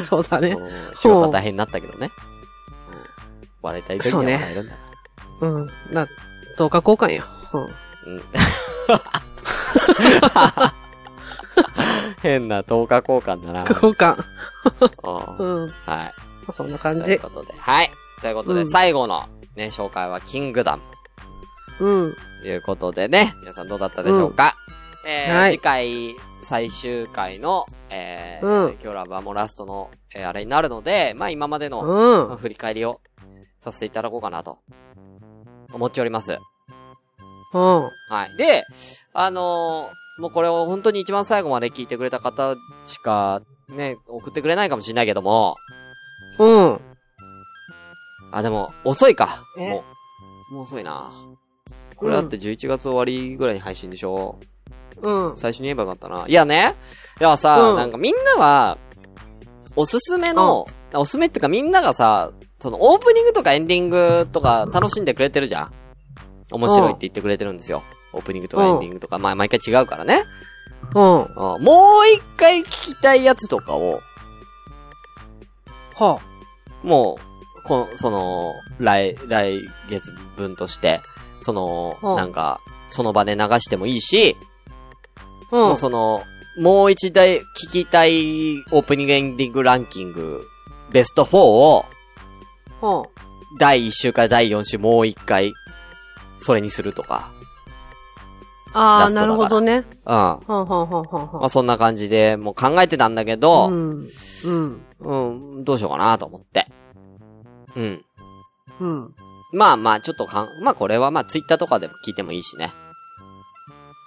[SPEAKER 2] そうだね。
[SPEAKER 1] んうん。仕事は大変になったけどね。うん笑いたい時は笑えるんだ。
[SPEAKER 2] うん。な、等価交換よ。うん。
[SPEAKER 1] 変な10日交換 だな。
[SPEAKER 2] 交換。
[SPEAKER 1] うん
[SPEAKER 2] うん。
[SPEAKER 1] はい。
[SPEAKER 2] そんな感
[SPEAKER 1] という
[SPEAKER 2] じ。
[SPEAKER 1] ことで。はい。ということで、
[SPEAKER 2] うん
[SPEAKER 1] 最後のね、紹介はキングダム
[SPEAKER 2] うん。
[SPEAKER 1] ということでね、皆さんどうだったでしょうか、えー
[SPEAKER 2] はい
[SPEAKER 1] 次回、最終回の、えー
[SPEAKER 2] うん
[SPEAKER 1] 今日ラブはもうラストの、えーあれになるので、まあ今までの、
[SPEAKER 2] う
[SPEAKER 1] まあ
[SPEAKER 2] ん。
[SPEAKER 1] 振り返りをさせていただこうかなと、思っております。
[SPEAKER 2] うん。
[SPEAKER 1] はい。で、あのーもうこれを本当に一番最後まで聞いてくれた方しか、ね、送ってくれないかもしれないけども、
[SPEAKER 2] うん。
[SPEAKER 1] あ、でも、遅いか。
[SPEAKER 2] え
[SPEAKER 1] もう、もう遅いな。これだって11月終わりぐらいに配信でしょ、
[SPEAKER 2] うん。
[SPEAKER 1] 最初に言えばよかったな。いやね、いやさ、
[SPEAKER 2] うん
[SPEAKER 1] なんかみんなは、おすすめの、おすすめっていうかみんながさ、そのオープニングとかエンディングとか楽しんでくれてるじゃん面白いって言ってくれてるんですよ。オープニングとかエンディングとか、まあ毎回違うからね。
[SPEAKER 2] うん。は
[SPEAKER 1] うんもう一回聞きたいやつとかを、
[SPEAKER 2] あ。
[SPEAKER 1] もう、こその、来、来月分として、その、
[SPEAKER 2] うん
[SPEAKER 1] なんか、その場で流してもいいし、
[SPEAKER 2] う
[SPEAKER 1] も
[SPEAKER 2] ん
[SPEAKER 1] う。その、もう一台聞きたいオープニングエンディングランキング、ベスト4を、
[SPEAKER 2] うん。
[SPEAKER 1] 第1週から第4週もう一回、それにするとか。
[SPEAKER 2] あ
[SPEAKER 1] ラ
[SPEAKER 2] あ、
[SPEAKER 1] ストだから
[SPEAKER 2] なるほどね。
[SPEAKER 1] うん。ま
[SPEAKER 2] はんはんはんはんは
[SPEAKER 1] あ、
[SPEAKER 2] ん。
[SPEAKER 1] そんな感じで、もう考えてたんだけど、
[SPEAKER 2] うん。うん。
[SPEAKER 1] うん、どうしようかなと思って。うん。
[SPEAKER 2] うん。
[SPEAKER 1] まあまあ、ちょっとかん、まあこれはまあツイッターとかでも聞いてもいいしね。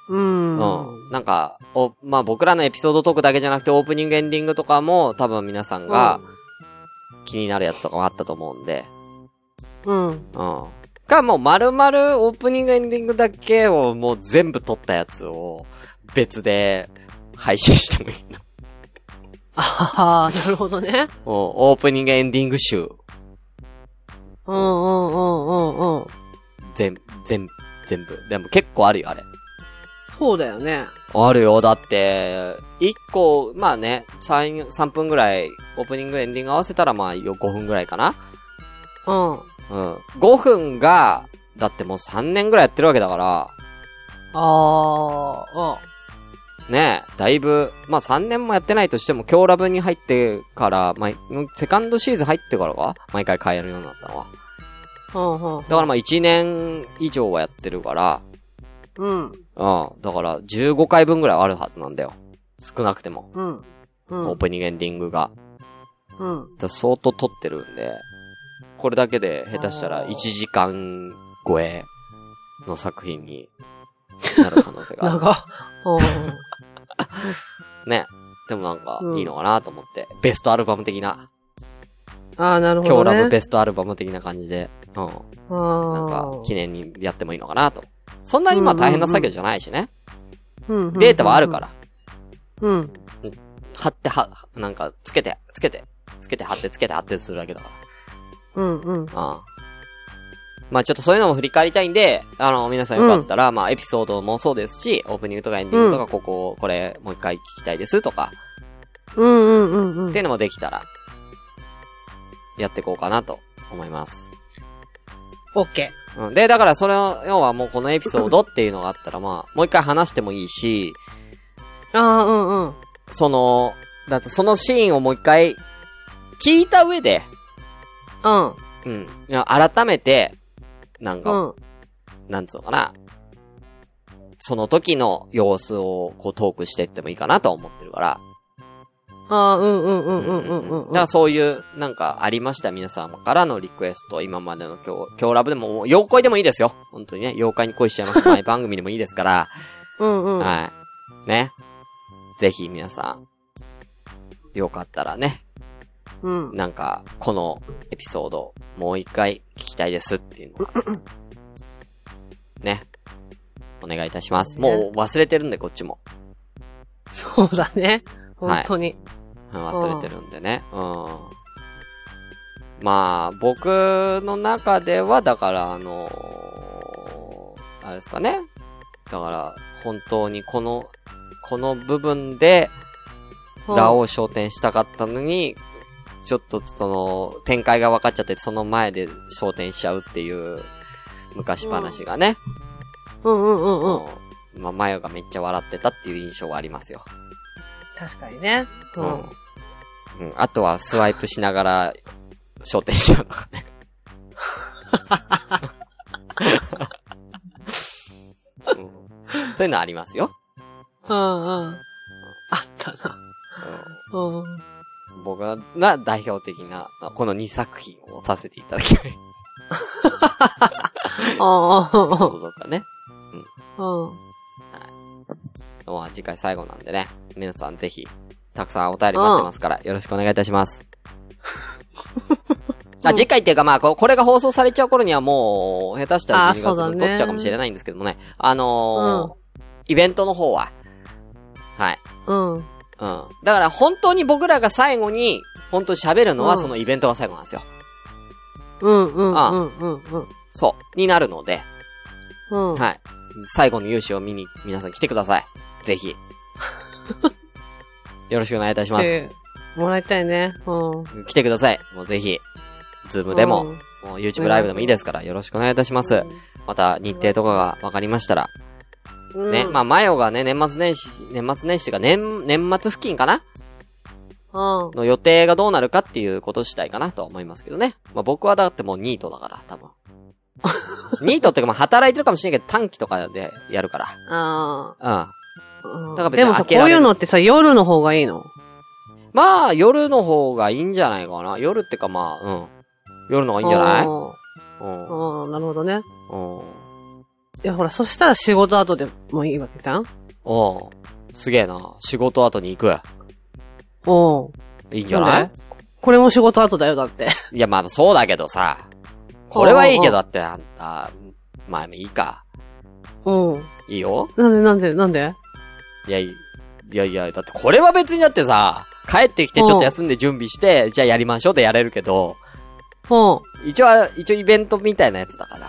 [SPEAKER 2] う。
[SPEAKER 1] うんん。なんか、お、まあ僕らのエピソードトークだけじゃなくてオープニングエンディングとかも多分皆さんが気になるやつとかもあったと思うんで。
[SPEAKER 2] うん。
[SPEAKER 1] うん。か、もう丸々オープニングエンディングだけをもう全部撮ったやつを別で配信してもいいの。
[SPEAKER 2] ああ、なるほどね。
[SPEAKER 1] うんオープニングエンディング集
[SPEAKER 2] うんうんうんうんうん。
[SPEAKER 1] 全、全、全部。でも結構あるよ、あれ。
[SPEAKER 2] そうだよね。
[SPEAKER 1] あるよ。だって、1個、まあね、3、3分ぐらい、オープニング、エンディング合わせたら、まあ、よ5分ぐらいかな。
[SPEAKER 2] うん。
[SPEAKER 1] うん。5分が、だってもう3年ぐらいやってるわけだから、
[SPEAKER 2] ああ、
[SPEAKER 1] ねえ、だいぶ、まあ3年もやってないとしても、今日ラブに入ってから、まあ、セカンドシーズン入ってからか毎回買えるようになったのは。
[SPEAKER 2] ほうほ
[SPEAKER 1] だからまあ1年以上はやってるから、
[SPEAKER 2] う。うん。
[SPEAKER 1] うん。だから15回分ぐらいあるはずなんだよ。少なくても。
[SPEAKER 2] うん。う
[SPEAKER 1] オー
[SPEAKER 2] ん。
[SPEAKER 1] プニングエンディングが。
[SPEAKER 2] うん。
[SPEAKER 1] だから相当撮ってるんで、これだけで下手したら
[SPEAKER 2] おー
[SPEAKER 1] 1時間超えの作品になる可能性がある。
[SPEAKER 2] 長っ。おー
[SPEAKER 1] ね。でもなんか
[SPEAKER 2] うん
[SPEAKER 1] いいのかなと思って。ベストアルバム的な。
[SPEAKER 2] ああ、なるほ
[SPEAKER 1] 今日
[SPEAKER 2] ど、ね。
[SPEAKER 1] ラブベストアルバム的な感じで。うん。な
[SPEAKER 2] なん
[SPEAKER 1] か記念にやってもいいのかなと。そんなにまあ大変な作業じゃないしね。デ
[SPEAKER 2] デ
[SPEAKER 1] ータはあるか。ら。
[SPEAKER 2] うん。
[SPEAKER 1] 貼っては、なんかつけて、つけて、つけて貼ってつけて貼ってするだけだから。
[SPEAKER 2] うんうん。
[SPEAKER 1] ああまあちょっとそういうのも振り返りたいんで、あの、皆さんよかったら、まあエピソードもそうですし、オープニングとかエンディングとか、ここ、これ、もう一回聞きたいですとか、
[SPEAKER 2] うんうんうんうん。
[SPEAKER 1] っていうのもできたら、やっていこうかなと思います。
[SPEAKER 2] オッケ
[SPEAKER 1] うん、で、だからそれを、要はもうこのエピソードっていうのがあったら、まあ、もう一回話してもいいし、
[SPEAKER 2] ー。ああ、うんうん。
[SPEAKER 1] その、だってそのシーンをもう一回、聞いた上で、
[SPEAKER 2] うん。
[SPEAKER 1] うん、いや改めて、なんか、
[SPEAKER 2] うん。
[SPEAKER 1] なんつうのかな、その時の様子をこうトークしていってもいいかなとは思ってるから。
[SPEAKER 2] ああ、うんうんうんうん
[SPEAKER 1] う
[SPEAKER 2] うん
[SPEAKER 1] だ
[SPEAKER 2] うん。
[SPEAKER 1] からそういう、なんかありました皆様からのリクエスト、今までの今日、今日ラブでも、妖怪でもいいですよ。本当にね、妖怪に恋しちゃいました。前番組でもいいですから、
[SPEAKER 2] うんうん。
[SPEAKER 1] はい。ね。ぜひ皆さん、よかったらね、
[SPEAKER 2] うん。
[SPEAKER 1] なんか、このエピソード、もう一回聞きたいですっていうのが。ね。お願いいたします。もう忘れてるんで、こっちも。
[SPEAKER 2] そうだね。
[SPEAKER 1] はい
[SPEAKER 2] 本当に。
[SPEAKER 1] うん忘れてるんでね。うん。まあ、僕の中では、だから、あのーあれですかね。だから、本当にこの、この部分で、ラオを焦点したかったのに、ちょっとその、展開が分かっちゃって、その前で焦点しちゃうっていう、昔話がね。
[SPEAKER 2] うんうんうんうん。
[SPEAKER 1] うん。まあ、マヨがめっちゃ笑ってたっていう印象がありますよ。
[SPEAKER 2] 確かにね。う
[SPEAKER 1] うん
[SPEAKER 2] ん。。
[SPEAKER 1] うん。あとは、スワイプしながら、焦点しちゃうとかね。うんそういうのありますよ。
[SPEAKER 2] うんうん。あったな。う
[SPEAKER 1] う
[SPEAKER 2] ん。
[SPEAKER 1] ん、僕が代表的な、この2作品をさせていただきたい。
[SPEAKER 2] ああ、うん
[SPEAKER 1] そうとかね。
[SPEAKER 2] うん。
[SPEAKER 1] まあ次回最後なんでね。皆さんぜひ、たくさんお便り待ってますから、よろしくお願いいたし ます。あ、次回っていうかまあ、ここれが放送されちゃう頃にはもう、下手したら
[SPEAKER 2] あ
[SPEAKER 1] 12
[SPEAKER 2] そう
[SPEAKER 1] 月
[SPEAKER 2] だ
[SPEAKER 1] 分
[SPEAKER 2] ね
[SPEAKER 1] 撮っちゃうかもしれないんですけどもね。あのーイベントの方は、はい。
[SPEAKER 2] う
[SPEAKER 1] う
[SPEAKER 2] ん。
[SPEAKER 1] ん。だから本当に僕らが最後に、本当に喋るのは
[SPEAKER 2] うん
[SPEAKER 1] そのイベントが最後なんですよ。
[SPEAKER 2] うんうん
[SPEAKER 1] あ
[SPEAKER 2] うんうんうん。
[SPEAKER 1] そう。になるので、
[SPEAKER 2] うん。
[SPEAKER 1] はい。最後の勇姿を見に、皆さん来てください。ぜ ひ。よろしくお願いいたします。
[SPEAKER 2] えーもらいたいね。うん。
[SPEAKER 1] 来てください。もうぜひ、ズームでも、もう YouTube ライブでもいいですから、よろしくお願いいたします。また、日程とかが分かりましたら、
[SPEAKER 2] うん。
[SPEAKER 1] ね、まあ、マヨがね、年末年始、年末年始というか、年、年末付近かな
[SPEAKER 2] あ。うん。
[SPEAKER 1] の予定がどうなるかっていうこと次第かなとは思いますけどね。まあ、僕はだってもうニートだから、 多分。ニートっていうか、まあ、働いてるかもしれないけど、短期とかでやるから。
[SPEAKER 2] あ
[SPEAKER 1] うん。
[SPEAKER 2] あ。
[SPEAKER 1] だから別に
[SPEAKER 2] でもさ、
[SPEAKER 1] 開
[SPEAKER 2] こう
[SPEAKER 1] けられ
[SPEAKER 2] い
[SPEAKER 1] る
[SPEAKER 2] うのってさ、夜の方がいいの
[SPEAKER 1] まあ、夜の方がいいんじゃないかな。夜ってか、まあ、うん。夜の方がいいんじゃない
[SPEAKER 2] あ
[SPEAKER 1] うん。うん。
[SPEAKER 2] あ、なるほどね。いや、ほら、そしたら仕事後でもいいわけじゃん
[SPEAKER 1] うん。すげえな。仕事後に行く。
[SPEAKER 2] おうん。
[SPEAKER 1] いいんじゃない
[SPEAKER 2] なんでこれも仕事後だよ、だって。
[SPEAKER 1] いや、まあ、そうだけどさ。これはいいけど、だ
[SPEAKER 2] お
[SPEAKER 1] って、あんた、まあ、いいか。
[SPEAKER 2] うん。
[SPEAKER 1] いいよ
[SPEAKER 2] なんで、なんで、なんで
[SPEAKER 1] いや、いいやいや、だってこれは別にだってさ、帰ってきてちょっと休んで準備して、じゃあやりましょうでやれるけど、
[SPEAKER 2] うん。
[SPEAKER 1] 一応あれ、一応イベントみたいなやつだから、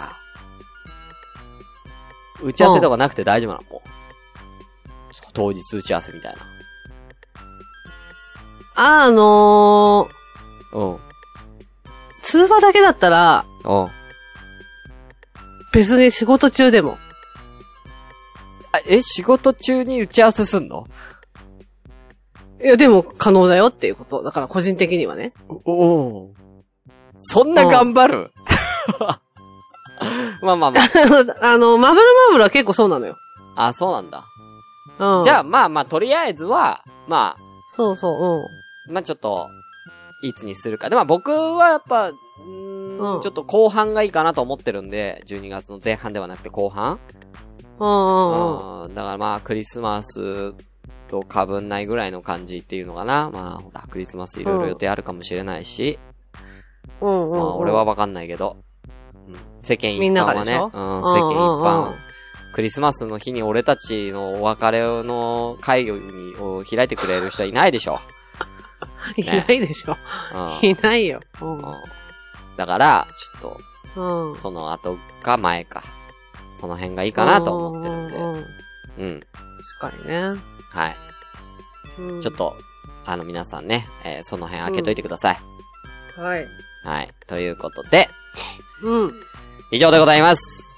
[SPEAKER 1] 打ち合わせとかなくて大丈夫なの、もう。当日打ち合わせみたいな。
[SPEAKER 2] あ、あの
[SPEAKER 1] うん。
[SPEAKER 2] ー、通話だけだったら、
[SPEAKER 1] うん。
[SPEAKER 2] 別に仕事中でも。
[SPEAKER 1] あえ、仕事中に打ち合わせすんの
[SPEAKER 2] いや、でも可能だよっていうこと。だから個人的にはね。
[SPEAKER 1] おおそんな頑張るまあまあまあ。
[SPEAKER 2] あの、あのマブルマブルは結構そうなのよ。
[SPEAKER 1] あ、そうなんだ。
[SPEAKER 2] うん。
[SPEAKER 1] じゃあ、まあまあ、とりあえずは、まあ、
[SPEAKER 2] そうそう、
[SPEAKER 1] まあちょっと、いつにするか。で、まあ僕はやっぱ、うーん
[SPEAKER 2] うん
[SPEAKER 1] ちょっと後半がいいかなと思ってるんで、12月の前半ではなくて後半。
[SPEAKER 2] うん。うんうんうん。
[SPEAKER 1] うんだからまあクリスマスと被んないぐらいの感じっていうのかな。まあほら、クリスマスいろいろ予定あるかもしれないし、
[SPEAKER 2] うんうん、うん。
[SPEAKER 1] まあ俺はわかんないけど。うん世間一
[SPEAKER 2] みん
[SPEAKER 1] 般
[SPEAKER 2] なが
[SPEAKER 1] は
[SPEAKER 2] で
[SPEAKER 1] ね、
[SPEAKER 2] し
[SPEAKER 1] う
[SPEAKER 2] ょ
[SPEAKER 1] ん、世間一
[SPEAKER 2] うんうんう
[SPEAKER 1] 般
[SPEAKER 2] ん。
[SPEAKER 1] クリスマスの日に俺たちのお別れの会議を開いてくれる人はいないで しょ。
[SPEAKER 2] いないでしょ。
[SPEAKER 1] うん
[SPEAKER 2] いないよ。うん。
[SPEAKER 1] だから、ちょっ
[SPEAKER 2] うん
[SPEAKER 1] と、。その後か前か、その辺がいいかなと思って
[SPEAKER 2] う
[SPEAKER 1] る
[SPEAKER 2] んうんうん
[SPEAKER 1] んで、
[SPEAKER 2] 確かにね。
[SPEAKER 1] うん。はい。
[SPEAKER 2] うん
[SPEAKER 1] ちょっと、あの皆さんね、えーその辺開けといてください。
[SPEAKER 2] はい。
[SPEAKER 1] はい。ということで、
[SPEAKER 2] うん。
[SPEAKER 1] 以上でございます。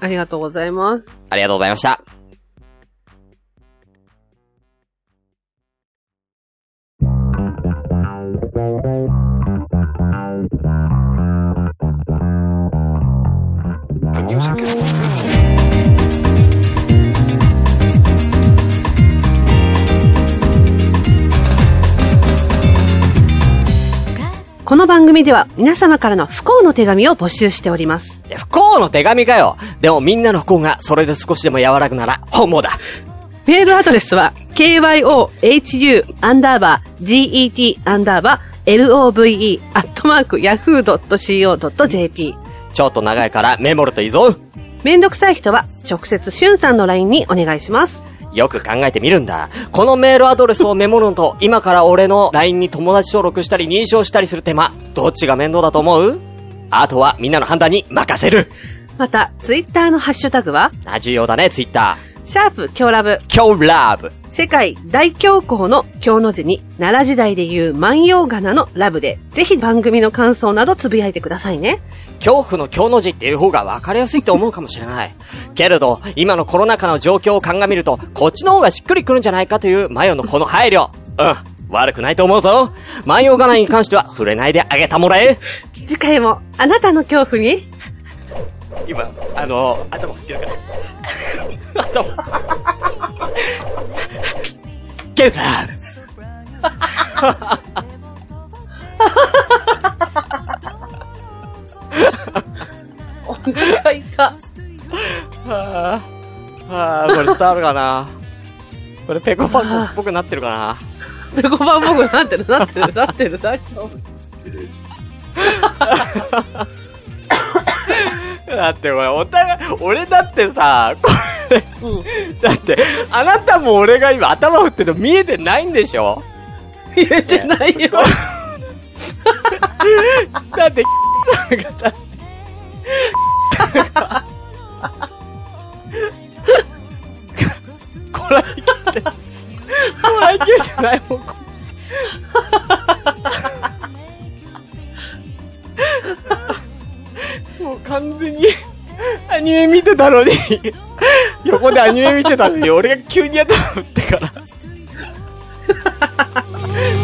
[SPEAKER 2] ありがとうございます。
[SPEAKER 1] ありがとうございました。
[SPEAKER 2] この番組では皆様からの不幸の手紙を募集しております。
[SPEAKER 1] いや不幸の手紙かよでもみんなの不幸がそれで少しでも和らぐなら本望だ
[SPEAKER 2] メールアドレスは、kyohu アンダーバー get アンダーバー love アットマーク yahoo.co.jp
[SPEAKER 1] ちょっと長いからメモるといいぞ
[SPEAKER 2] めんどくさい人は直接しゅんさんの LINE にお願いします。
[SPEAKER 1] よく考えてみるんだ。このメールアドレスをメモるのと、今から俺の LINE に友達登録したり認証したりする手間、どっちが面倒だと思うあとはみんなの判断に任せる。
[SPEAKER 2] また、ツイッターのハッシュタグは、
[SPEAKER 1] ラジオだね、ツイッタ
[SPEAKER 2] シャープ強ラブ
[SPEAKER 1] ー。今日ラブ。
[SPEAKER 2] 世界大恐慌の京の字に、奈良時代で言う万葉仮名のラブで、ぜひ番組の感想などつぶやいてくださいね。
[SPEAKER 1] 恐怖の今日の字っていう方が分かりやすいって思うかもしれない。けれど、今のコロナ禍の状況を鑑みると、こっちの方がしっくりくるんじゃないかというマヨのこの配慮。うん、悪くないと思うぞ。万葉がないに関しては触れないであげたもらえ。
[SPEAKER 2] 次回も、あなたの恐怖に、
[SPEAKER 1] 今、あの頭振ってるから。 頭。ゲルラ
[SPEAKER 2] お願 いが。
[SPEAKER 1] はあ、はあ、これ伝わるかなこれペコパンコっぽくなってるかな
[SPEAKER 2] ペコパン僕なってる、なってる、なってる、大丈夫。
[SPEAKER 1] だってこれ、お互い、俺だってさ、これ、
[SPEAKER 2] うん。
[SPEAKER 1] だって、あなたも俺が今頭振ってるの見えてないんでしょ
[SPEAKER 2] 入れてないよ。
[SPEAKER 1] だって、さんが、だって、こらえきって、こらえきれてないもん、こもう完全に、アニメ見てたのに、横でアニメ見てたのに、俺が急に頭打ってから。